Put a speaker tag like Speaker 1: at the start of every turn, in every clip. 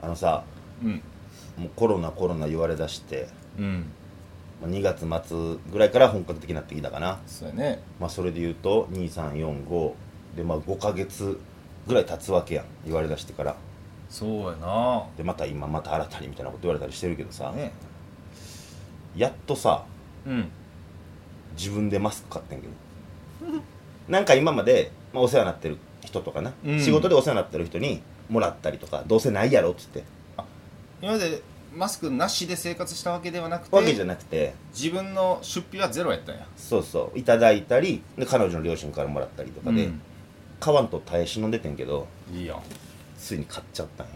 Speaker 1: あのさ
Speaker 2: うん
Speaker 1: もうコロナコロナ言われだして
Speaker 2: うん
Speaker 1: まあ2月末ぐらいから本格的になってきたかな、
Speaker 2: そうやね
Speaker 1: まあ、それで言うと2345でまあ5ヶ月ぐらい経つわけやん言われだしてから
Speaker 2: そうやな
Speaker 1: でまた今また新たにみたいなこと言われたりしてるけどさ、
Speaker 2: ね
Speaker 1: やっとさ
Speaker 2: うん
Speaker 1: 自分でマスク買ってんけどなんか今まで、まあ、お世話になってる人とかな、
Speaker 2: うん
Speaker 1: 仕事でお世話になってる人にもらったりとかどうせないやろっつって
Speaker 2: 今までマスクなしで生活したわけではなくて
Speaker 1: わけじゃなくて
Speaker 2: 自分の出費はゼロやったんや
Speaker 1: そうそういただいたりで彼女の両親からもらったりとかで、
Speaker 2: うん
Speaker 1: 買わんと耐え忍んでてんけど
Speaker 2: いいやん
Speaker 1: ついに買っちゃったんよ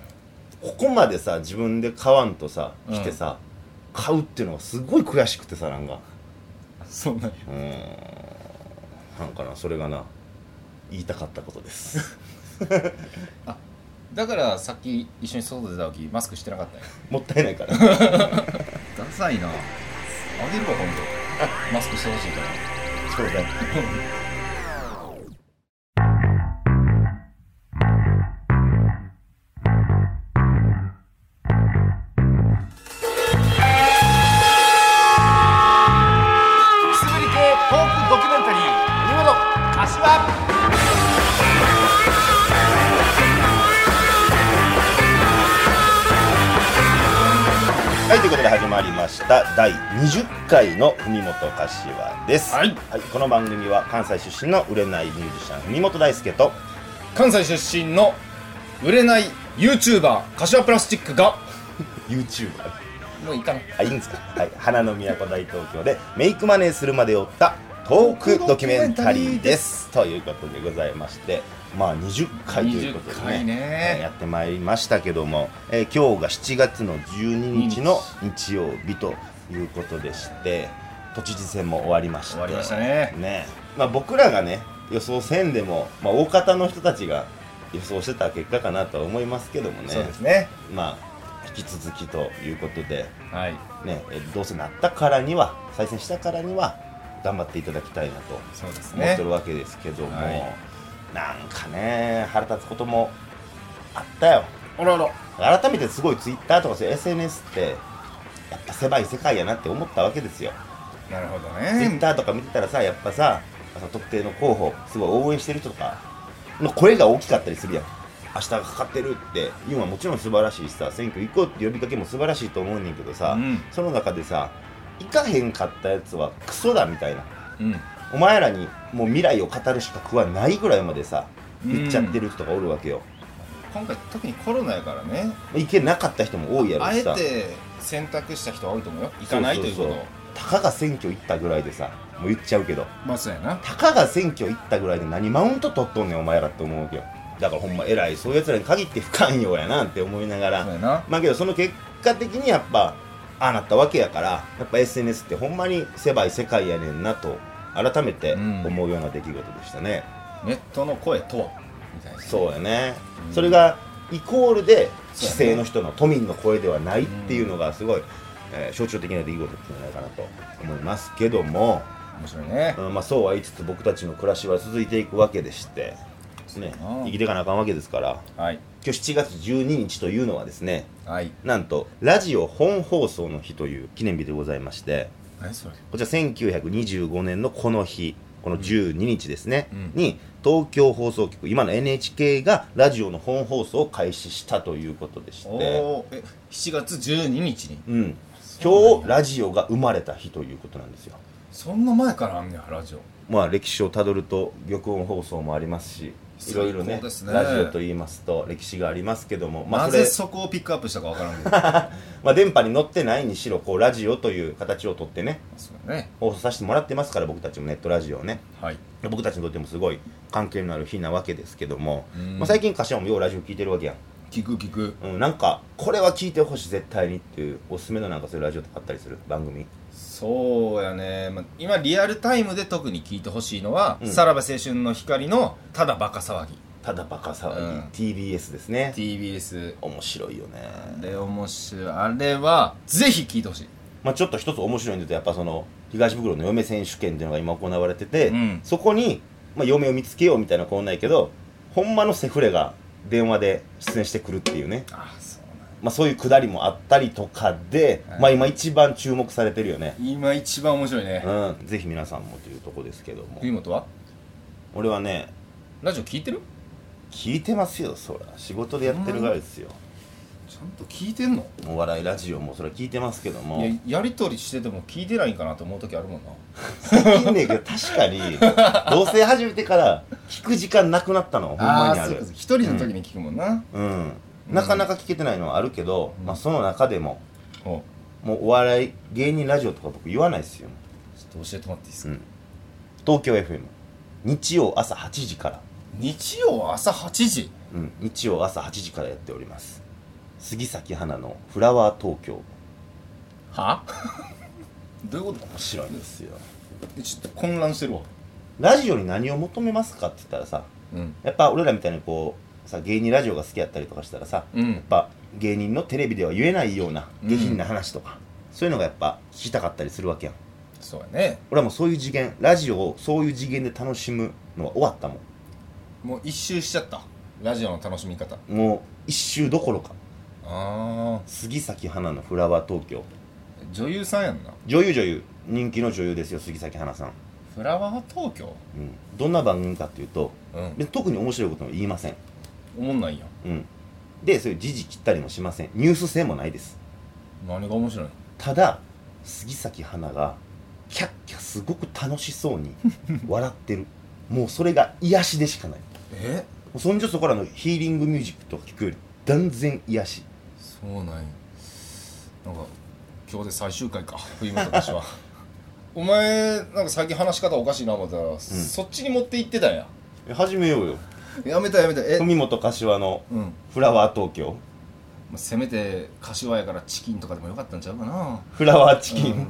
Speaker 1: ここまでさ自分で買わんとさ
Speaker 2: うん
Speaker 1: 来てさ、買うっていうのがすごい悔しくてさなんか
Speaker 2: そうなんや
Speaker 1: うーんなんかなそれがな言いたかったことです
Speaker 2: だからさっき一緒に外出た時マスクしてなかったんや
Speaker 1: もったいないから
Speaker 2: ダサいなあげるわ今 度マスクしてほしいから
Speaker 1: そうだよ
Speaker 2: くすぶり系トークドキュメンタリー「本柏」
Speaker 1: はいということで始まりました第20回の文元柏です、
Speaker 2: はい
Speaker 1: この番組は関西出身の売れないミュージシャン文元大輔と
Speaker 2: 関西出身の売れない YouTuber 柏プラスチックが
Speaker 1: YouTuber
Speaker 2: もういいかな
Speaker 1: あいいんですか、はい、花の都大東京でメイクマネーするまで追ったトークドキュメンタリーですということでございましてまあ20回ということで
Speaker 2: 20回
Speaker 1: ね
Speaker 2: ね
Speaker 1: えーやってまいりましたけども、えー今日が7月の12日の日曜日ということでして都知事選も終わりまして
Speaker 2: 終わりましたね
Speaker 1: ねまあ、僕らがね予想せんでも、まあ、大方の人たちが予想してた結果かなとは思いますけどもね
Speaker 2: そうですね
Speaker 1: まあ引き続きということで
Speaker 2: はい
Speaker 1: ね、えどうせなったからには再選したからには頑張っていただきたいなと
Speaker 2: そうです
Speaker 1: 思っ
Speaker 2: ね
Speaker 1: てるわけですけども、
Speaker 2: はい
Speaker 1: なんかね腹立つこともあったよ
Speaker 2: あらあら
Speaker 1: 改めてすごいツイッターとかそういう SNS ってやっぱ狭い世界やなって思ったわけですよ、
Speaker 2: なるほど
Speaker 1: ツイッ
Speaker 2: ね
Speaker 1: ターとか見てたらさやっぱさあの特定の候補すごい応援してる人とかの声が大きかったりするやん明日がかかってるって今はもちろん素晴らしいしさ選挙行こうって呼びかけも素晴らしいと思うねんけどさ、
Speaker 2: うん
Speaker 1: その中でさ行かへんかったやつはクソだみたいな
Speaker 2: うん
Speaker 1: お前らにもう未来を語る資格はないぐらいまでさ言っちゃってる人がおるわけよ、
Speaker 2: 今回特にコロナやからね
Speaker 1: 行けなかった人も多いやろ
Speaker 2: あ
Speaker 1: し
Speaker 2: え
Speaker 1: さ
Speaker 2: て選択した人は多いと思うよ行かないということ
Speaker 1: そそそたかが選挙行ったぐらいでさもう言っちゃうけど
Speaker 2: まあそうやな
Speaker 1: たかが選挙行ったぐらいで何マウント取っとんねんお前らって思うわけよだからほんま偉いそういうやつらに限って不寛容やなって思いながら
Speaker 2: そうやな
Speaker 1: まあけどその結果的にやっぱああなったわけやからやっぱ SNS ってほんまに狭い世界やねんなと改めて
Speaker 2: うん
Speaker 1: 思うような出来事でしたね、
Speaker 2: ネットの声とはみたいな
Speaker 1: そうやね、
Speaker 2: うん
Speaker 1: それがイコールで市
Speaker 2: そうや
Speaker 1: 政
Speaker 2: ね
Speaker 1: の人の都民の声ではないっていうのがすごい、えー象徴的な出来事じゃないかなと思いますけども、
Speaker 2: 面白いね
Speaker 1: うんまあ、そうは言いつつ僕たちの暮らしは続いていくわけでして、ね、
Speaker 2: な
Speaker 1: 生きていかなあかんわけですから
Speaker 2: はい
Speaker 1: 今日7月12日というのはですね
Speaker 2: はい
Speaker 1: なんとラジオ本放送の日という記念日でございまして
Speaker 2: 何それ
Speaker 1: こちら1925年のこの日この12日ですね、
Speaker 2: うん
Speaker 1: に東京放送局今の NHK がラジオの本放送を開始したということでし
Speaker 2: お
Speaker 1: て、
Speaker 2: おーえ7月12日に
Speaker 1: うん、
Speaker 2: そう
Speaker 1: 今日
Speaker 2: なんや
Speaker 1: ラジオが生まれた日ということなんですよ
Speaker 2: そんな前からあんねやラジオ
Speaker 1: まあ歴史をたどると玉音放送もありますしいろいろね
Speaker 2: 最高ですね
Speaker 1: ラジオと言いますと歴史がありますけども、まあ、
Speaker 2: な
Speaker 1: それ
Speaker 2: ぜそこをピックアップしたかわ からんけどまあ
Speaker 1: まあ、電波に乗ってないにしろこうラジオという形をとってね
Speaker 2: そうだね
Speaker 1: 放送させてもらってますから僕たちもネットラジオをね
Speaker 2: はい
Speaker 1: 僕たちにとってもすごい関係のある日なわけですけども、
Speaker 2: うん
Speaker 1: まあ、最近柏もようラジオ聞いてるわけやん、
Speaker 2: 聞く聞く
Speaker 1: うん、なんかこれは聞いてほしい絶対にっていうおすすめのなんかそういうラジオとかあったりする番組
Speaker 2: そうやね、まあ、今リアルタイムで特に聞いてほしいのは、
Speaker 1: うん
Speaker 2: さらば青春の光のただバカ騒ぎ
Speaker 1: ただバカ騒ぎ、
Speaker 2: うん
Speaker 1: TBS ですね
Speaker 2: TBS
Speaker 1: 面白いよね、
Speaker 2: あれ面白いあれはぜひ聞いてほしい
Speaker 1: まあ、ちょっと一つ面白いんだとやっぱその東袋の嫁選手権っていうのが今行われてて、
Speaker 2: うん
Speaker 1: そこに、まあ、嫁を見つけようみたいなコーナーやけどほんまのセフレが電話で出演してくるっていうね
Speaker 2: あそうなん
Speaker 1: まあ、そういうくだりもあったりとかで、
Speaker 2: はい
Speaker 1: まあ今一番注目されてるよね、
Speaker 2: 今一番面白いね
Speaker 1: うん、ぜひ皆さんもというとこですけども
Speaker 2: 国本は
Speaker 1: 俺はね
Speaker 2: ラジオ聞いてる
Speaker 1: 聞いてますよそら仕事でやってるからですよ
Speaker 2: ちゃんと聞いてんの
Speaker 1: お笑いラジオもそれ聞いてますけども
Speaker 2: いややりとりしてても聞いてないんかなと思う時あるもんな
Speaker 1: 聞いてんねんけど確かに同棲始めてから聞く時間なくなったのほんまにあ
Speaker 2: ーそう
Speaker 1: る
Speaker 2: かそうか一人の時に聞くもんな、
Speaker 1: うんなかなか聞けてないのはあるけど、
Speaker 2: うん
Speaker 1: まあ、その中でも
Speaker 2: おう
Speaker 1: もうお笑い芸人ラジオとか僕言わないですよ、
Speaker 2: ちょっと教えてもらっていいです
Speaker 1: う
Speaker 2: か、
Speaker 1: ん、東京 FM 日曜朝8時から、
Speaker 2: 日曜朝8時
Speaker 1: うん、日曜朝8時からやっております杉咲花の「フラワー東京
Speaker 2: は どういうこと」
Speaker 1: 面白いんですよ
Speaker 2: ちょっと混乱してるわ
Speaker 1: ラジオに何を求めますかって言ったらさ
Speaker 2: うん
Speaker 1: やっぱ俺らみたいにこうさ芸人ラジオが好きやったりとかしたらさ
Speaker 2: うん
Speaker 1: やっぱ芸人のテレビでは言えないような
Speaker 2: うん
Speaker 1: 下品な話とか、そういうのがやっぱ聞きたかったりするわけやん
Speaker 2: そうやね
Speaker 1: 俺はもうそういう次元ラジオをそういう次元で楽しむのは終わったも
Speaker 2: もう一周しちゃったラジオの楽しみ方あ
Speaker 1: んもう一周どころか
Speaker 2: あ
Speaker 1: 杉咲花の「フラワー東京
Speaker 2: ー女優さんやんな」
Speaker 1: 女優女優人気の女優ですよ杉咲花さん、
Speaker 2: フラワー東京
Speaker 1: うん、どんな番組かっていうと
Speaker 2: うん
Speaker 1: 別に特に面白いことも言いません、
Speaker 2: おもんないやん
Speaker 1: うん、でそういう時事切ったりもしませんニュース性もないです
Speaker 2: 何が面白いの
Speaker 1: ただ杉咲花がキャッキャすごく楽しそう に笑ってるもうそれが癒しでしかないも
Speaker 2: え
Speaker 1: うそんじょそこらのヒーリングミュージックとか聞くより断然癒し
Speaker 2: そうなんやなんか今日で最終回か冬本私 はお前なんか最近話し方おかしいな思ったら、そっちに持って行ってたんや
Speaker 1: え始めようよ
Speaker 2: やめたやめたえ
Speaker 1: 文本柏の
Speaker 2: うん、ま
Speaker 1: フラワー東京
Speaker 2: あせめて柏やからチキンとかでもよかったんちゃうかな
Speaker 1: フラワーチキン、
Speaker 2: うん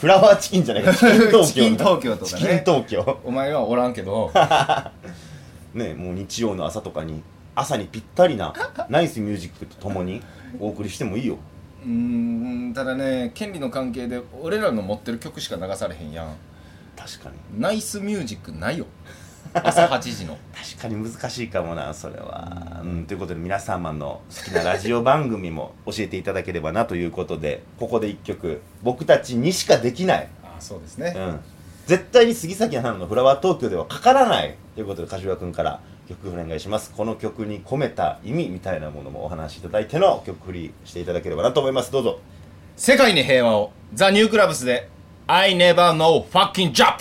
Speaker 1: フラワーチキンじゃないかチキン東京
Speaker 2: チキン東京とか
Speaker 1: チ
Speaker 2: ね
Speaker 1: キン東京
Speaker 2: お前はおらんけど
Speaker 1: ねもう日曜の朝とかに朝にぴったり なナイスミュージックとともにお送りしてもいいよ
Speaker 2: うーんただね権利の関係で俺らの持ってる曲しか流されへんやん
Speaker 1: 確かに
Speaker 2: ナイスミュージックないよ朝8時の
Speaker 1: 確かに難しいかもなそれは、うんということで皆様の好きなラジオ番組も教えていただければなということでここで一曲僕たちにしかできない、
Speaker 2: ああそうです
Speaker 1: う
Speaker 2: ね
Speaker 1: ん、絶対に杉咲花の「フラワー東京」ではかからないということで柏君から曲お願いしますこの曲に込めた意味みたいなものもお話しいただいての曲振りしていただければなと思いますどうぞ
Speaker 2: 世界に平和をザ・ニュークラブスで I never know fucking jump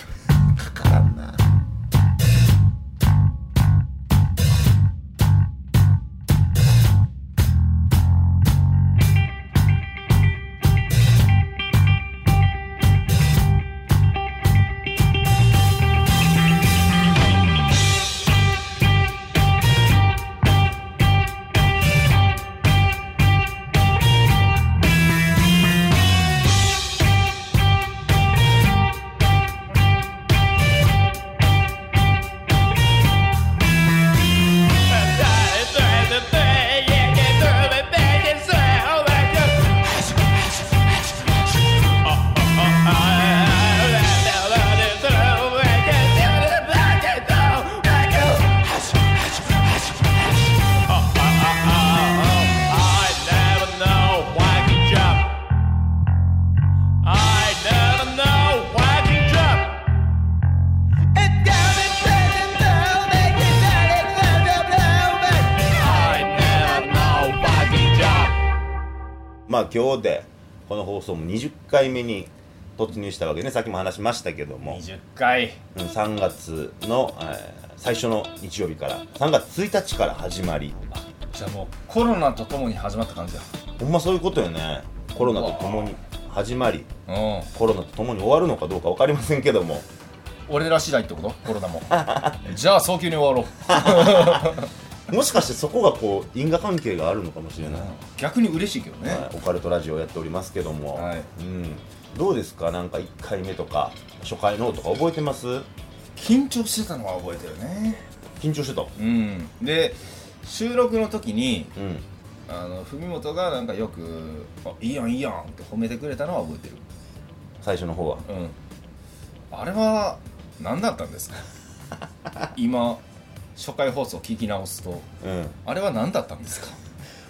Speaker 1: まあ今日でこの放送も20回目に突入したわけねさっきも話しましたけども
Speaker 2: 20回
Speaker 1: うん3月の、えー最初の日曜日から3月1日から始まり
Speaker 2: じゃあもうコロナとともに始まった感じや
Speaker 1: ほんまそういうことよねコロナとともに始まり
Speaker 2: うん
Speaker 1: コロナとともに終わるのかどうか分かりませんけども
Speaker 2: 俺ら次第ってことコロナも じゃあ早急に終わろう
Speaker 1: もしかしてそこがこう因果関係があるのかもしれない、
Speaker 2: 逆に嬉しいけどね、
Speaker 1: はいオカルトラジオをやっておりますけども、
Speaker 2: はい
Speaker 1: うん、どうですかなんか1回目とか初回のとか覚えてます
Speaker 2: 緊張してたのは覚えてるね
Speaker 1: 緊張してた
Speaker 2: うんで収録の時に
Speaker 1: うん
Speaker 2: あの文元がなんかよく「あいいやんいいやん」って褒めてくれたのは覚えてる
Speaker 1: 最初の方は
Speaker 2: うんあれは何だったん ですか今初回放送聞き直すと
Speaker 1: うん
Speaker 2: あれは何だったんですか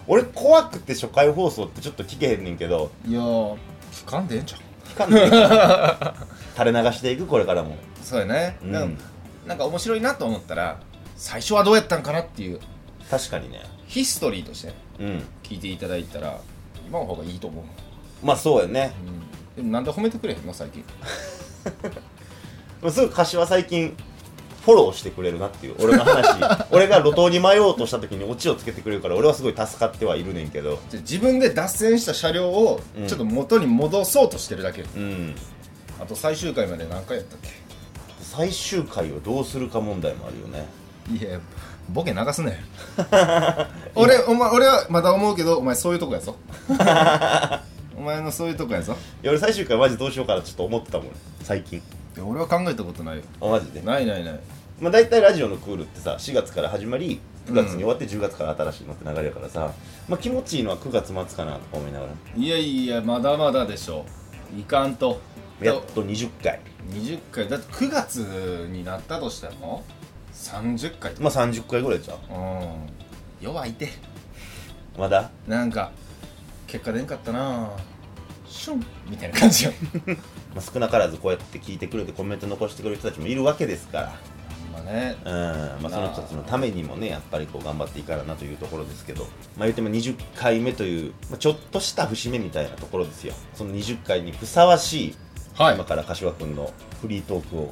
Speaker 1: 俺怖くて初回放送ってちょっと聞けへんねんけど
Speaker 2: いやー聞かんでええんちゃう
Speaker 1: 聞かんでいいから垂れ流していくこれからも
Speaker 2: そうやね、
Speaker 1: うん
Speaker 2: なんかなんか面白いなと思ったら最初はどうやったんかなっていう
Speaker 1: 確かにね
Speaker 2: ヒストリーとして
Speaker 1: うん
Speaker 2: 聞いていただいたら今の方がいいと思う、
Speaker 1: まあそうやね
Speaker 2: でもなんで褒めてくれへんの最近
Speaker 1: すぐ柏最近フォローしてくれるなっていう俺の話俺が路頭に迷おうとした時にオチをつけてくれるから俺はすごい助かってはいるねんけど
Speaker 2: じゃあ自分で脱線した車両を
Speaker 1: うん
Speaker 2: ちょっと元に戻そうとしてるだけ、
Speaker 1: うん
Speaker 2: あと最終回まで何回やったっ
Speaker 1: 最終回をどうするか問題もあるよね
Speaker 2: けいやボケ流すね 俺お前俺はまだ思うけどお前そういうとこやぞ お前のそういうとこやぞ
Speaker 1: いや俺最終回マジどうしようかなちょっと思ってたもん最近
Speaker 2: いや俺は考えたことないよ
Speaker 1: あマジで
Speaker 2: ないないない
Speaker 1: まあ、大体ラジオのクールってさ4月から始まり9月に終わって10月から新しいのって流れやからさ、まあ、気持ちいいのは9月末かなとか思いながら
Speaker 2: いやいやまだまだでしょいかんと
Speaker 1: やっと20回
Speaker 2: 20回だって9月になったとしても30回とか
Speaker 1: まあ30回ぐらいじゃん
Speaker 2: うん弱いて
Speaker 1: まだ
Speaker 2: なんか結果出んかったなシュンみたいな感 じよ
Speaker 1: まあ、少なからずこうやって聞いてくれてコメント残してくれる人たちもいるわけですから、
Speaker 2: まあね
Speaker 1: うんまあ、その人たちのためにもねやっぱりこう頑張っていかななというところですけど、まあ、言っても20回目という、まあ、ちょっとした節目みたいなところですよその20回にふさわしい、
Speaker 2: はい
Speaker 1: 今から柏君のフリートークを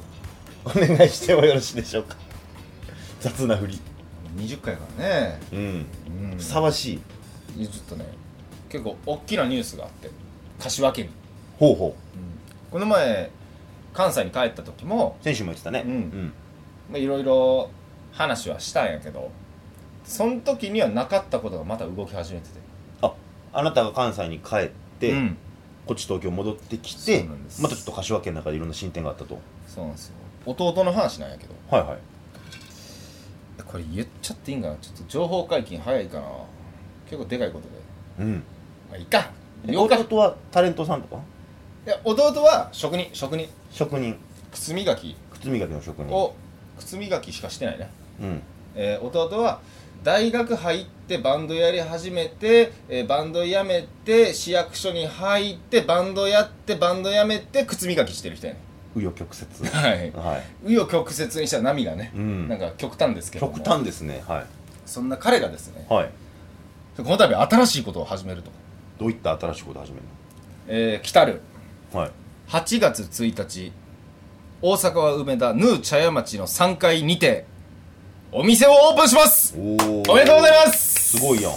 Speaker 1: お願いしてもよろしいでしょうか 雑な振り、
Speaker 2: 20回からね
Speaker 1: うん、
Speaker 2: うん
Speaker 1: ふ
Speaker 2: ち
Speaker 1: さわしい
Speaker 2: ょっとね結構大きなニュースがあって柏県に、
Speaker 1: 方法
Speaker 2: この前関西に帰った時も
Speaker 1: 選手も言ってたね
Speaker 2: うんまあいろいろ話はしたんやけどその時にはなかったことがまた動き始めて
Speaker 1: ああなたが関西に帰って、
Speaker 2: てうん
Speaker 1: こっち東京戻ってき
Speaker 2: そ
Speaker 1: て
Speaker 2: うなんです
Speaker 1: またちょっと柏県の中でいろんな進展があったと
Speaker 2: そうなんですよ弟の話なんやけど
Speaker 1: はいはい
Speaker 2: これ言っちゃっていいんかなちょっと情報解禁早いかな結構でかいことで
Speaker 1: うん
Speaker 2: まあいいか了解い
Speaker 1: 弟はタレントさんとか
Speaker 2: や弟は職人職人
Speaker 1: 職人
Speaker 2: 靴磨き
Speaker 1: 靴磨きの職人
Speaker 2: を靴磨きしかしてないね、
Speaker 1: うん
Speaker 2: えー弟は大学入ってバンドやり始めて、えーバンドやめて市役所に入ってバンドやってバンドやめて靴磨きしてる人やね
Speaker 1: 紆余曲折
Speaker 2: はい
Speaker 1: はい
Speaker 2: 紆余曲折にした波がね、
Speaker 1: うん
Speaker 2: なんか極端ですけども
Speaker 1: 極端ですねは
Speaker 2: そんな彼がですね
Speaker 1: いはい
Speaker 2: この度新しいことを始めると、
Speaker 1: どういった新しいことを始める
Speaker 2: えー来たる
Speaker 1: のはい
Speaker 2: 8月1日大阪は梅田ヌー茶屋町の3階にてお店をオープンします
Speaker 1: おお
Speaker 2: おめでとうございますす
Speaker 1: すごいやん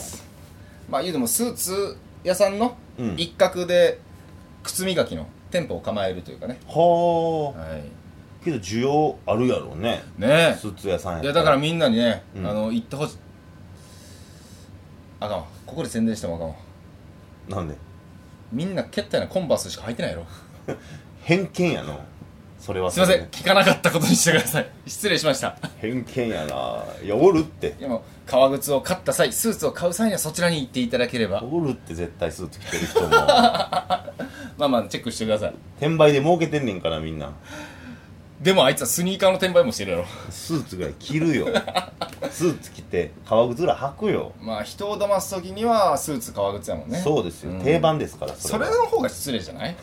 Speaker 2: まあ言うてもスーツ屋さんの
Speaker 1: うん
Speaker 2: 一角で靴磨きの店舗を構えるというかね、
Speaker 1: はあ
Speaker 2: はい
Speaker 1: けど需要あるやろうね
Speaker 2: ね
Speaker 1: スーツ屋さんや
Speaker 2: えいやだから
Speaker 1: ら
Speaker 2: みんなにね、
Speaker 1: うん
Speaker 2: あの行ってほしいあかんわここで宣伝してもあかんわ
Speaker 1: なんで
Speaker 2: みんなけったいなコンバースしか履いてないやろ
Speaker 1: 偏見やなそれは
Speaker 2: すいません
Speaker 1: それで
Speaker 2: 聞かなかったことにしてください失礼しました
Speaker 1: 偏見やないやおるって
Speaker 2: でも革靴を買った際スーツを買う際にはそちらに行っていただければ
Speaker 1: おるって絶対スーツ着てる 人も
Speaker 2: まあまあチェックしてください
Speaker 1: 転売で儲けてんねんからみんな
Speaker 2: でもあいつはスニーカーの転売もしてるやろ
Speaker 1: スーツぐらい着るよスーツ着て革靴ぐらい履くよ
Speaker 2: まあ人を騙す時にはスーツ革靴やもんね
Speaker 1: そうですよ、
Speaker 2: ん
Speaker 1: 定番ですから
Speaker 2: それ
Speaker 1: は
Speaker 2: の方が失礼じゃない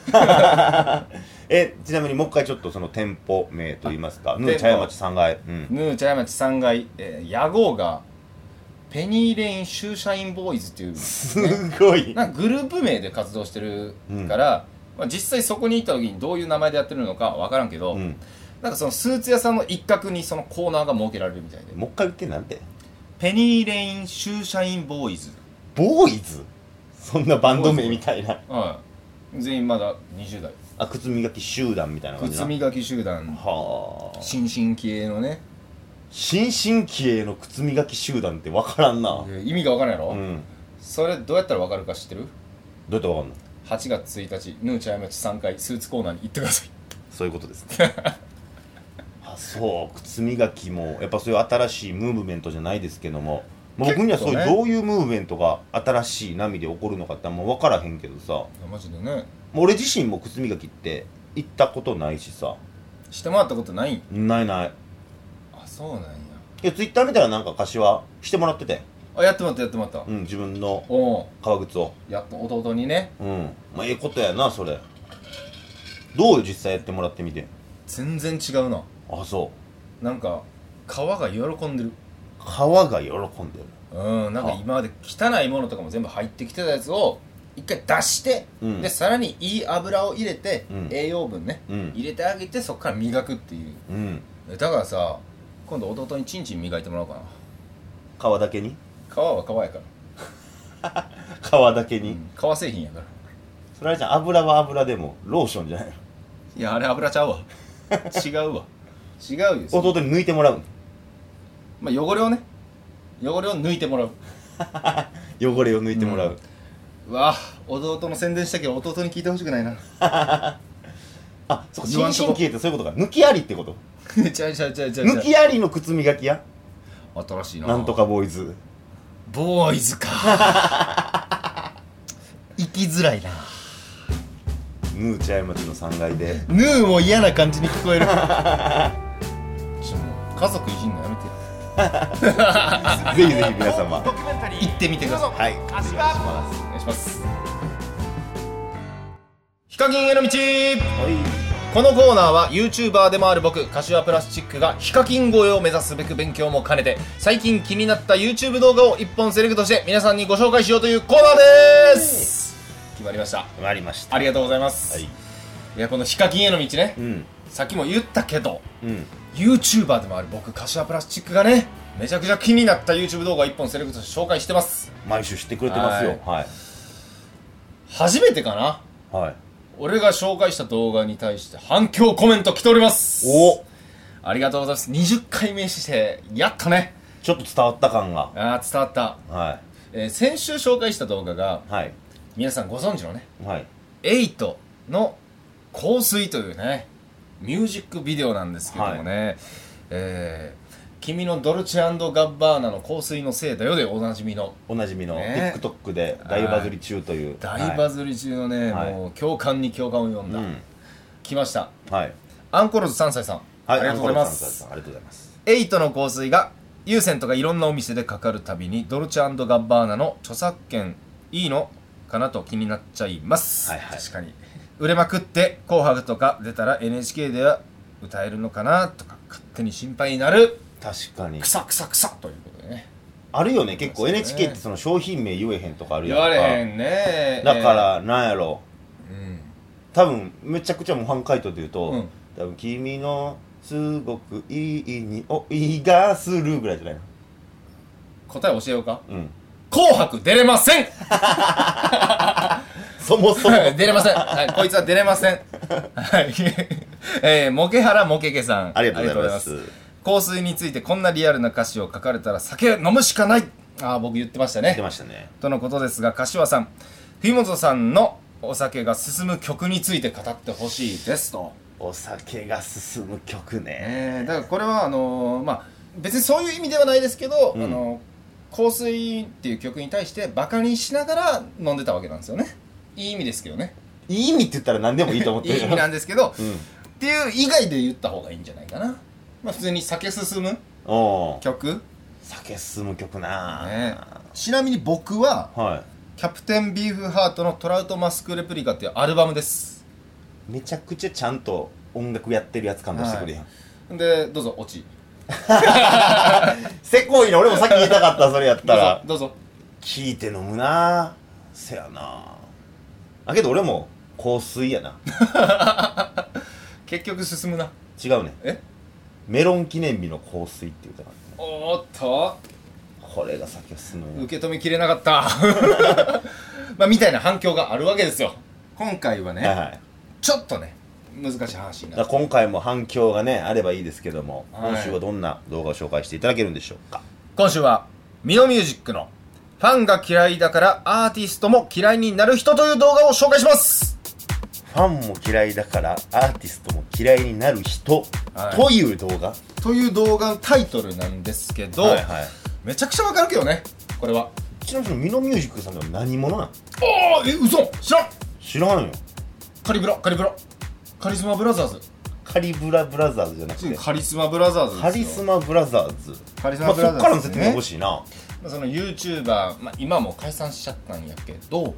Speaker 1: えちなみにもう一回ちょっとその店舗名といいますかね
Speaker 2: 店舗
Speaker 1: 茶屋町3階うん
Speaker 2: ヌー茶屋町3階、えー、屋号がペニーレインシューシャインボーイズっていう
Speaker 1: すご い
Speaker 2: なんかグループ名で活動してるから、まあ、実際そこに行った時にどういう名前でやってるのかわからんけど、
Speaker 1: うん
Speaker 2: なんかそのスーツ屋さんの一角にそのコーナーが設けられるみたいで
Speaker 1: もう一回言ってなんて
Speaker 2: ペニーレインシューシャインボーイズ
Speaker 1: ボーイズそんなバンド名みたいな
Speaker 2: はい全員まだ20代
Speaker 1: あ靴磨き集団みたいな感じ
Speaker 2: 靴
Speaker 1: な
Speaker 2: 磨き集団
Speaker 1: はあ
Speaker 2: 新進気鋭のね
Speaker 1: 新進気鋭の靴磨き集団って分からんな
Speaker 2: 意味がわからんやろ、
Speaker 1: うん
Speaker 2: それどうやったらわかるか知ってる
Speaker 1: どうやって分かんの
Speaker 2: 8月1日ヌーチャーマチ3回スーツコーナーに行ってください
Speaker 1: そういうことですね あそう靴磨きもやっぱそういう新しいムーブメントじゃないですけども、まあ僕にはそういう
Speaker 2: 結構ね
Speaker 1: どういうムーブメントが新しい波で起こるのかってあんま分からへんけどさも
Speaker 2: マジでね
Speaker 1: う俺自身も靴磨きって行ったことないしさ
Speaker 2: してもらったことない
Speaker 1: ないない
Speaker 2: あそうなんや
Speaker 1: いやツイッター見たらなんか柏してもらってて
Speaker 2: あやってもらったやってもらった、
Speaker 1: うん、自分の
Speaker 2: おう
Speaker 1: 革靴を
Speaker 2: やっと弟にね
Speaker 1: うんまあええことやなそれどう実際やってもらってみて
Speaker 2: 全然違うな
Speaker 1: あそう
Speaker 2: なんか皮が喜んでる
Speaker 1: 革が喜んでる
Speaker 2: うんなんか今まで汚いものとかも全部入ってきてたやつを一回出して、
Speaker 1: うん
Speaker 2: でさらにいい油を入れて、
Speaker 1: うん
Speaker 2: 栄養分ね、
Speaker 1: うん
Speaker 2: 入れてあげてそこから磨くっていう
Speaker 1: うん
Speaker 2: えだからさ今度弟にチンチン磨いてもらおうかな
Speaker 1: 革だけに
Speaker 2: 皮は皮やから、
Speaker 1: 革だけに、
Speaker 2: うん、皮製品やから
Speaker 1: それあれじゃん油は油でもローションじゃないの
Speaker 2: いやあれ油ちゃうわ違うわ違うよその
Speaker 1: 弟に抜いてもらう
Speaker 2: まあ、汚れをね汚れを抜いてもらう
Speaker 1: の汚れを抜いてもらう、
Speaker 2: うんうわあ弟の宣伝したけど弟に聞いてほしくないな
Speaker 1: あそっか
Speaker 2: 言わ
Speaker 1: 新
Speaker 2: んとこ
Speaker 1: 進気鋭ってそういうことか抜きありってこと
Speaker 2: ちゃうちゃうちゃうちゃう
Speaker 1: 抜
Speaker 2: ち
Speaker 1: きありの靴磨きや
Speaker 2: ゃう新しいな
Speaker 1: なんとかボーイズ
Speaker 2: ボー イズか生きづらいな
Speaker 1: ヌーチャイ町の3階で
Speaker 2: ヌーも嫌な感じに聞 こえるちょもう家族いじんのやめてよ
Speaker 1: ぜひぜひ皆様
Speaker 3: ドキュメンタリー
Speaker 2: 行ってみてください
Speaker 1: はい
Speaker 2: お
Speaker 3: 柏
Speaker 2: 願いしますヒカキンへの道
Speaker 1: は
Speaker 2: このコーナーは YouTuber でもある僕柏プラスチックがヒカキン越えを目指すべく勉強も兼ねて最近気になった YouTube 動画を1本セレクトして皆さんにご紹介しようというコーナーです決まりました
Speaker 1: いわかりました
Speaker 2: ありがとうございます、
Speaker 1: はいい、
Speaker 2: やこのヒカキンへの道ね
Speaker 1: うん
Speaker 2: さっきも言ったけど
Speaker 1: うん
Speaker 2: YouTuber でもある僕柏プラスチックがねめちゃくちゃ気になった YouTube 動画1本セレクトして紹介してます
Speaker 1: 毎週知ってくれてますよはい
Speaker 2: 初めてかな
Speaker 1: はい、
Speaker 2: 俺が紹介した動画に対して反響コメント来ております
Speaker 1: お
Speaker 2: ありがとうございます20回目してやったね
Speaker 1: ちょっと伝わった感が
Speaker 2: あー伝わった、
Speaker 1: は
Speaker 2: えー先週紹介した動画が
Speaker 1: いはい
Speaker 2: 皆さんご存知のね
Speaker 1: はい
Speaker 2: 8の「香水」というねミュージックビデオなんですけどもね、えー君のドルチェガッバーナの香水のせいだよでおなじみの
Speaker 1: おなじみの
Speaker 2: ね
Speaker 1: TikTok で大バズり中という
Speaker 2: 大バ
Speaker 1: ズ
Speaker 2: ズり中のね、
Speaker 1: はい
Speaker 2: もう共感に共感を呼ん
Speaker 1: う
Speaker 2: だ、
Speaker 1: ん
Speaker 2: 来ました
Speaker 1: はい
Speaker 2: アンコールズ3歳さん、
Speaker 1: はい
Speaker 2: ありがとうございま
Speaker 1: アンコールさん
Speaker 2: す
Speaker 1: さんありがとうございます
Speaker 2: エイトの香水が有線とかいろんなお店でかかるたびにドルチェガッバーナの著作権いいのかなと気になっちゃいます、
Speaker 1: はいはい
Speaker 2: 確かに売れまくって「紅白」とか出たら NHK では歌えるのかなとか勝手に心配になる
Speaker 1: 確かに
Speaker 2: クサクサクサということでね
Speaker 1: あるよね結構
Speaker 2: そうね
Speaker 1: NHK ってその商品名言えへんとかあるや
Speaker 2: 言
Speaker 1: んか
Speaker 2: われへんね
Speaker 1: だか、らなんやろ
Speaker 2: えーうん
Speaker 1: 多分めちゃくちゃ模範解答で言うと、
Speaker 2: うん
Speaker 1: 多分君のすごくいい匂いがするぐらいじゃないの
Speaker 2: 答え教えようか
Speaker 1: うん
Speaker 2: 「紅白」出れません
Speaker 1: そもそも
Speaker 2: 出れません、はい、こいつは出れませんはい えー、モケハラモケケさん
Speaker 1: ありがとうございます
Speaker 2: ありがとうございます香水についてこんなリアルな歌詞を書かれたら酒飲むしかないあー僕言ってました
Speaker 1: 言
Speaker 2: ね
Speaker 1: ってましたね
Speaker 2: とのことですが柏さん冬本さんのお酒が進む曲について語ってほしいですと、
Speaker 1: お酒が進む曲ね
Speaker 2: えー、だからこれはあのーまあ別にそういう意味ではないですけど、
Speaker 1: うん
Speaker 2: あの香水っていう曲に対してバカにしながら飲んでたわけなんですよねいい意味ですけどね
Speaker 1: いい意味って言ったら何でもいいと思っ
Speaker 2: い
Speaker 1: て
Speaker 2: い
Speaker 1: る
Speaker 2: 意味 なんですけど、
Speaker 1: うん
Speaker 2: っていう以外で言った方がいいんじゃないかなまあ普通に酒進む
Speaker 1: おー
Speaker 2: 曲、
Speaker 1: 酒進む曲なあ、
Speaker 2: ね、ちなみに僕は
Speaker 1: は
Speaker 2: キャプテンビーフハートのトラウトマスクレプリカっていうアルバムです
Speaker 1: いめちゃくちゃちゃんと音楽やってるやつ感動してくれへん、
Speaker 2: でどうぞオチ
Speaker 1: せこいな俺もさっき言いたかったそれやっ
Speaker 2: ど
Speaker 1: た
Speaker 2: う
Speaker 1: ら
Speaker 2: ぞどうぞ
Speaker 1: 聞いて飲むなせやなあけど俺も香水やな
Speaker 2: 結局進むな
Speaker 1: 違うね
Speaker 2: え
Speaker 1: メロン記念日の香水っていう歌があるね
Speaker 2: おーっと
Speaker 1: これが酒進むよ
Speaker 2: 受け止めきれなかった まあみたいな反響があるわけですよ今回はね、
Speaker 1: はいはい
Speaker 2: ちょっとね難しい話にな
Speaker 1: だ
Speaker 2: る
Speaker 1: から今回も反響がねあればいいですけども、
Speaker 2: はい
Speaker 1: 今週はどんな動画を紹介していただけるんでしょうか
Speaker 2: 今週はミノミュージックのファンが嫌いだからアーティストも嫌いになる人という動画を紹介します
Speaker 1: ファンも嫌いだからアーティストも嫌いになる人、
Speaker 2: はい
Speaker 1: という動画
Speaker 2: という動画のタイトルなんですけど、
Speaker 1: はいはい
Speaker 2: めちゃくちゃわかるけどねこれは
Speaker 1: ちなみにミノミュージックさんでは何者なん
Speaker 2: ああえ嘘知らん
Speaker 1: 知らんよ
Speaker 2: カリブラカリブラカリスマブラザーズ
Speaker 1: カリブラブラザーズじゃなくて
Speaker 2: カリスマブラザーズですよ
Speaker 1: カリスマブラザーズ
Speaker 2: カリスマブラ
Speaker 1: まあ、
Speaker 2: ザーズ
Speaker 1: そっからの説明欲しいな、
Speaker 2: ままあその YouTuber、まあ、今も解散しちゃったんやけど、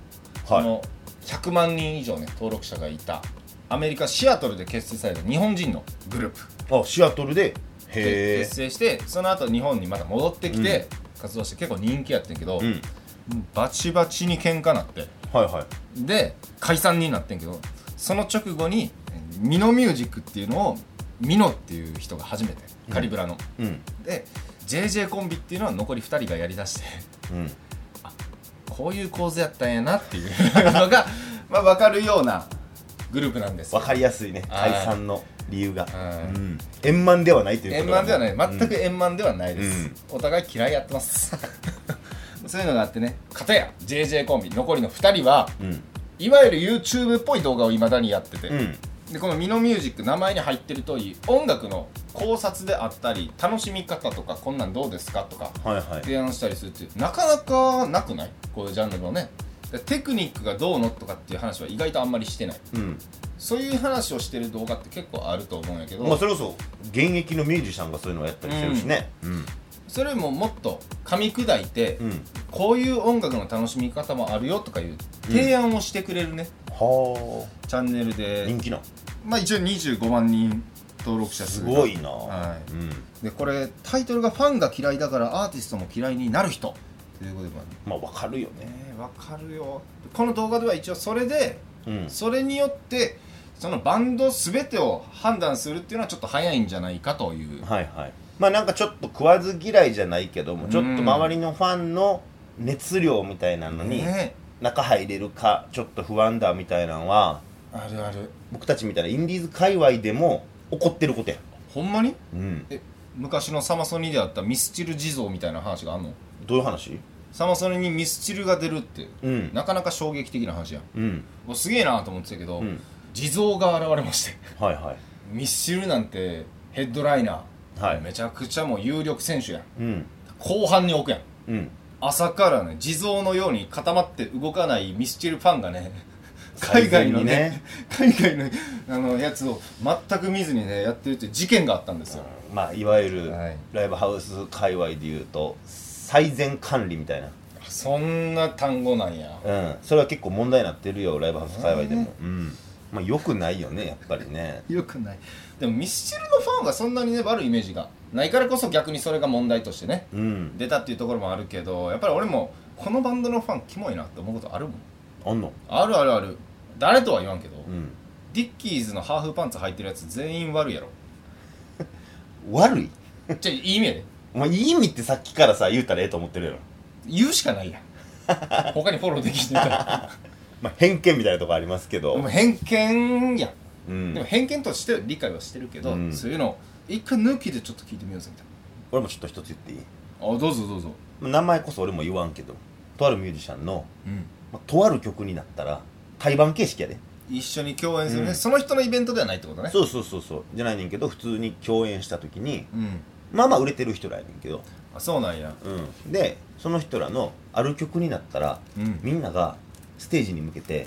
Speaker 2: そ
Speaker 1: は
Speaker 2: の100万人以上ね登録者がいたアメリカシアトルで結成された日本人のグループ
Speaker 1: いあシアトルで
Speaker 2: で
Speaker 1: へ
Speaker 2: 結成してその後日本にまた戻ってきて活動して結構人気やってんけど、
Speaker 1: えうん
Speaker 2: バチバチに喧嘩なって
Speaker 1: はいはい
Speaker 2: で解散になってんけどその直後にミノミュージックっていうのをミノっていう人が初めてカリブラの、
Speaker 1: うん
Speaker 2: で JJ コンビっていうのは残り2人がやりだして
Speaker 1: うん
Speaker 2: こういう構図やったんやなっていう のが、まあ、分かるようなグループなんです
Speaker 1: わかりやすいね
Speaker 2: はい
Speaker 1: 解散の理由が
Speaker 2: はい
Speaker 1: うん円満ではないという
Speaker 2: 円満ではない
Speaker 1: うん
Speaker 2: 全く円満ではないです、お互い嫌いやってます そういうのがあってね片や JJ コンビ残りの2人は
Speaker 1: うん
Speaker 2: いわゆる YouTube っぽい動画をいまだにやってて、
Speaker 1: うん
Speaker 2: でこのミノミュージック名前に入ってる通り音楽の考察であったり楽しみ方とかこんなんどうですかとか
Speaker 1: はいはい
Speaker 2: 提案したりするっていうなかなかなくないこういうジャンルのねでテクニックがどうのとかっていう話は意外とあんまりしてない
Speaker 1: うん
Speaker 2: そういう話をしてる動画って結構あると思うんやけど、
Speaker 1: まあそれこそ現役のミュージシャンがそういうのをやったりしてるしねうん
Speaker 2: それよりももっと噛み砕いて、
Speaker 1: うん
Speaker 2: こういう音楽の楽しみ方もあるよとかいう提案をしてくれるね、
Speaker 1: は
Speaker 2: チャンネル
Speaker 1: あ人
Speaker 2: で、
Speaker 1: 気な
Speaker 2: まあ、一応25万人登録者
Speaker 1: す
Speaker 2: 数が
Speaker 1: ごいな
Speaker 2: は
Speaker 1: うん
Speaker 2: い、でこれタイトルが「ファンが嫌いだからアーティストも嫌いになる人」ということでま
Speaker 1: まあわかるよ
Speaker 2: あ
Speaker 1: ね
Speaker 2: ねわかるよこの動画では一応それで
Speaker 1: うん
Speaker 2: それによってそのバンド全てを判断するっていうのはちょっと早いんじゃないかという、
Speaker 1: はいはいまあなんかちょっと食わず嫌いじゃないけどもちょっと周りのファンの熱量みたいなのに
Speaker 2: ね
Speaker 1: 中入れるかちょっと不安だみたいなのは
Speaker 2: あるある
Speaker 1: 僕たちみたいなインディーズ界隈でも起こってることや
Speaker 2: ほんまに
Speaker 1: うん
Speaker 2: え昔のサマソニであったミスチル地蔵みたいな話があんの
Speaker 1: どういう話
Speaker 2: サマソニにミスチルが出るって、
Speaker 1: うん
Speaker 2: なかなか衝撃的な話やん
Speaker 1: うん
Speaker 2: おすげえなと思ってたけど、
Speaker 1: うん
Speaker 2: 地蔵が現れまして
Speaker 1: はいはい
Speaker 2: ミスチルなんてヘッドライナー、
Speaker 1: はい
Speaker 2: めちゃくちゃもう有力選手やん
Speaker 1: うん
Speaker 2: 後半に置くやん
Speaker 1: うん
Speaker 2: 朝からね地蔵のように固まって動かないミスチルファンが ね海外のね海外のあのやつを全く見ずにねやってるっていう事件があったんですよ、
Speaker 1: まあいわゆる
Speaker 2: はい
Speaker 1: ライブハウス界隈でいうと最善管理みたいな
Speaker 2: そんな単語なんや
Speaker 1: うんそれは結構問題になってるよライブハウス界隈でもうんまあよくないよねやっぱりね
Speaker 2: よくないでもミスチルのファンはそんなにね悪いイメージがないからこそ逆にそれが問題としてね
Speaker 1: うん
Speaker 2: 出たっていうところもあるけどやっぱり俺もこのバンドのファンキモいなって思うことあるもん
Speaker 1: あんの
Speaker 2: あるあるある誰とは言わんけど、
Speaker 1: うん
Speaker 2: ディッキーズのハーフパンツ履いてるやつ全員悪いやろ
Speaker 1: 悪い
Speaker 2: じゃあいい意味やで
Speaker 1: お前いい意味ってさっきからさ言うたらええと思ってるやろ
Speaker 2: 言うしかないやん 他にフォローできてる から
Speaker 1: まあ偏見みたいなとこありますけ
Speaker 2: でも
Speaker 1: ど
Speaker 2: 偏見やん、
Speaker 1: うん
Speaker 2: でも偏見として理解はしてるけ
Speaker 1: う
Speaker 2: ど、
Speaker 1: ん
Speaker 2: そういうのを一回抜きでちょっと聞いてみようぜみたい
Speaker 1: 俺もちょっと一つ言っていい
Speaker 2: なあどうぞどうぞ
Speaker 1: 名前こそ俺も言わんけどとあるミュージシャンの、
Speaker 2: うん
Speaker 1: まあ、とある曲になったら対バン形式やで
Speaker 2: 一緒に共演するね、
Speaker 1: うん
Speaker 2: その人のイベントではないってことね
Speaker 1: そうそうそうそうじゃないねんけど普通に共演した時に
Speaker 2: うん
Speaker 1: まあまあ売れてる人らやねんけど、
Speaker 2: あそうなんや
Speaker 1: うん、でその人らのある曲になったら、
Speaker 2: うん
Speaker 1: みんながステージに向けて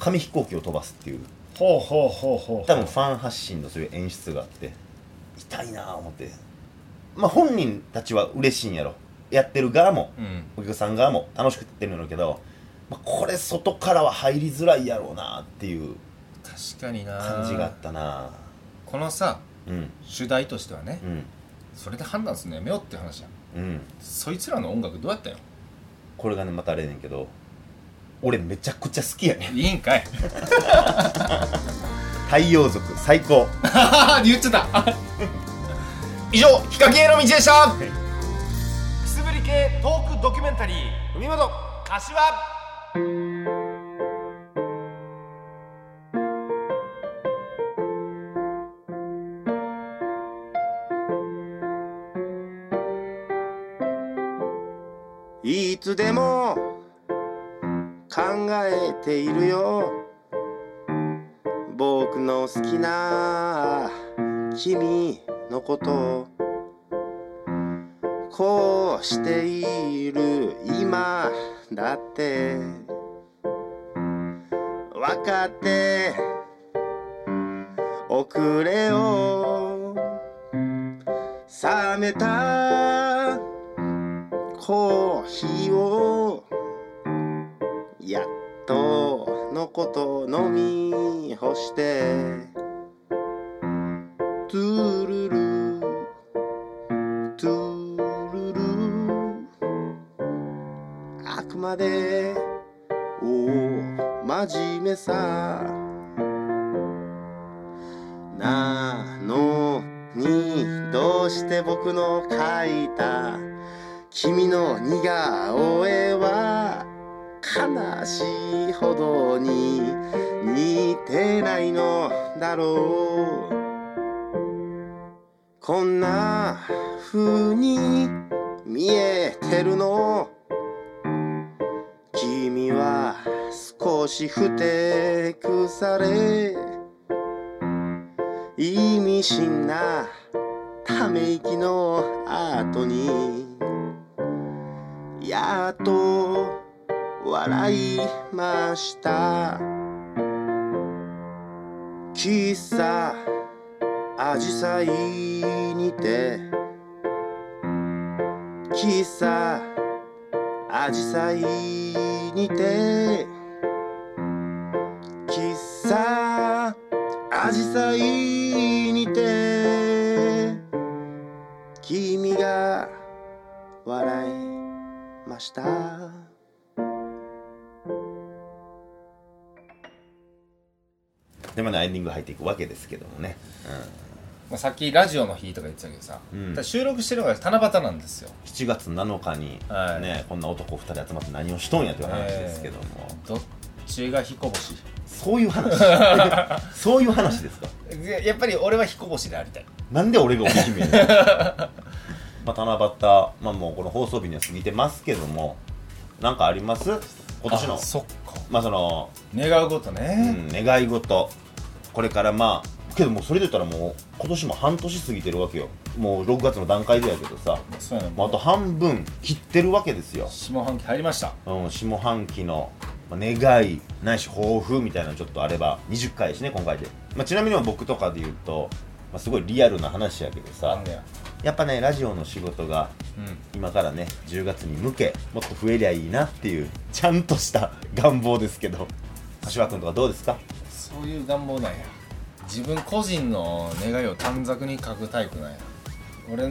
Speaker 1: 紙飛行機を飛ばすっていう
Speaker 2: ほうほうほうほう
Speaker 1: 多分ファン発信のそういう演出があって痛いなあ思ってまあ本人たちは嬉しいんやろやってる側も
Speaker 2: うん
Speaker 1: お客さん側も楽しくやってるんやろうけど、まあ、これ外からは入りづらいやろうなっていう
Speaker 2: 確かにな
Speaker 1: 感じがあったな
Speaker 2: このさ
Speaker 1: うん
Speaker 2: 主題としてはね、
Speaker 1: うん
Speaker 2: それで判断するのやめようって話やん
Speaker 1: うん
Speaker 2: そいつらの音楽どうやったよ
Speaker 1: これがねまたあれやねんけど俺めちゃくちゃ好きやねん
Speaker 2: いいんかい
Speaker 1: 太陽族最高
Speaker 2: 言っちゃった以上ヒカキンへの道でした
Speaker 3: くすぶり系トークドキュメンタリー海本柏
Speaker 4: いつでも考えているよ僕の好きな君のことこうしている今だって分かっておくれよ冷めたコーヒーをやっとのこと飲み干してトゥルルトゥルルあくまでお真面目さなのにどうして僕の書いた君の似顔絵は悲しいほどに似てないのだろうこんな風に見えてるの君は少しふてくされ意味深なため息の後にやっと笑いました喫茶アジサイにて喫茶アジサイにて喫茶アジサイにて君が笑いました。
Speaker 1: でまだエンディング入っていくわけですけどもね、
Speaker 2: まあ、さっきラジオの日とか言ってたけどさ、
Speaker 1: うん
Speaker 2: だから収録してるのが七夕なんですよ
Speaker 1: うん、7月7日に、
Speaker 2: はい
Speaker 1: ねこんな男2人集まって何をしとんやという話ですけども、
Speaker 2: どっちが彦星
Speaker 1: そういう 話そういう話ですか
Speaker 2: ややっぱり俺は彦星でありたい
Speaker 1: なんで俺が織姫に まあ七夕、まあ、もうこの放送日には過ぎてますけどもなんかあります今年の
Speaker 2: あそっか
Speaker 1: まあその、
Speaker 2: 願うこと
Speaker 1: う
Speaker 2: ね、
Speaker 1: ん、願い事これからまあけどもうそれで言ったらもう今年も半年過ぎてるわけよもう6月の段階でやけどさ
Speaker 2: そうやな
Speaker 1: まああと半分切ってるわけですよ、
Speaker 2: 下半期入りました
Speaker 1: うん、下半期のまあ願いないし抱負みたいなのちょっとあれば20回ですね今回で、まあ、ちなみに僕とかで言うと、まあ、すごいリアルな話やけどさ、
Speaker 2: あんねや
Speaker 1: やっぱねラジオの仕事が
Speaker 2: うん
Speaker 1: 今からね10月に向けもっと増えりゃいいなっていうちゃんとした 願望ですけど柏君とかどうですか
Speaker 2: そういう願望なんや自分個人の願いを短冊に書くタイプなんや俺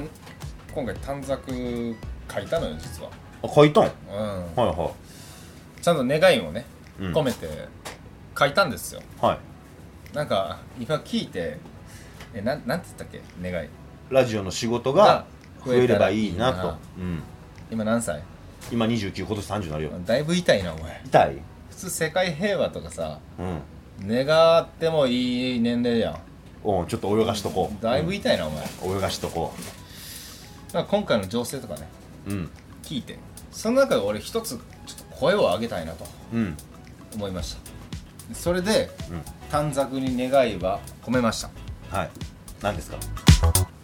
Speaker 2: 今回短冊書いたのよ実は
Speaker 1: あ書いたんはい
Speaker 2: うん
Speaker 1: は
Speaker 2: ちゃんと願いをね、
Speaker 1: うん
Speaker 2: 込めて書いたんですよ
Speaker 1: いは
Speaker 2: なんか今聞いてえなんなんて言ったっけ願い
Speaker 1: いラジオの仕事が
Speaker 2: が
Speaker 1: 増えればいいな
Speaker 2: 増えた
Speaker 1: と
Speaker 2: らい
Speaker 1: うん、
Speaker 2: 今何歳
Speaker 1: 今29今年30になるよ
Speaker 2: だいぶ痛いなお前
Speaker 1: 痛い
Speaker 2: 普通世界平和とかさ
Speaker 1: うん
Speaker 2: 願ってもいい年齢や
Speaker 1: おうちょっと泳がしとこう
Speaker 2: んだいぶ痛いなお前だか
Speaker 1: うん泳がしとこ
Speaker 2: ら今回の情勢とかね
Speaker 1: ううん
Speaker 2: 聞いてその中で俺一つちょっと声を上げたいなと
Speaker 1: うん
Speaker 2: 思いましたそれで
Speaker 1: うん
Speaker 2: 短冊に願いは込めました
Speaker 1: はい何ですか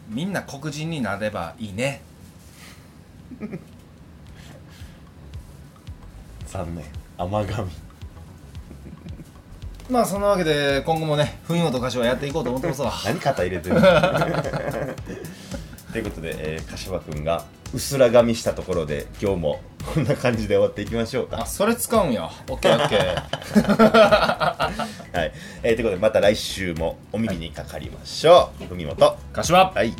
Speaker 2: みんな黒人になればいいね
Speaker 1: 残念甘神
Speaker 2: まあそんなわけで今後もね文元歌手はやっていこうと思ってますわ
Speaker 1: 何肩入れてるのということで、えー、柏くんがうすら髪したところで今日もこんな感じで終わっていきましょう
Speaker 2: あ
Speaker 1: か。
Speaker 2: それ使うんやオッケーオッケー
Speaker 1: はい、えーということでまた来週もお耳にかかりましょう。文元
Speaker 2: 柏
Speaker 1: はい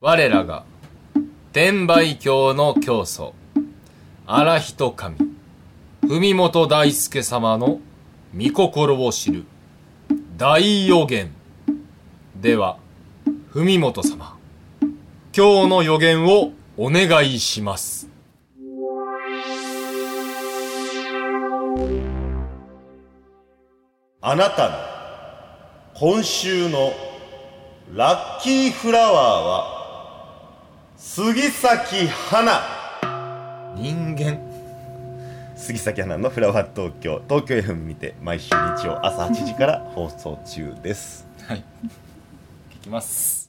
Speaker 2: 我らが天売教の教祖荒人神文元大輔様の御心を知る大予言では文元様今日の予言をお願いします
Speaker 1: あなたの今週のラッキーフラワーは杉咲花
Speaker 2: 人間
Speaker 1: 杉咲花のフラワー東京東京 FM にて毎週日曜朝8時から放送中です。
Speaker 2: はい。聞きます。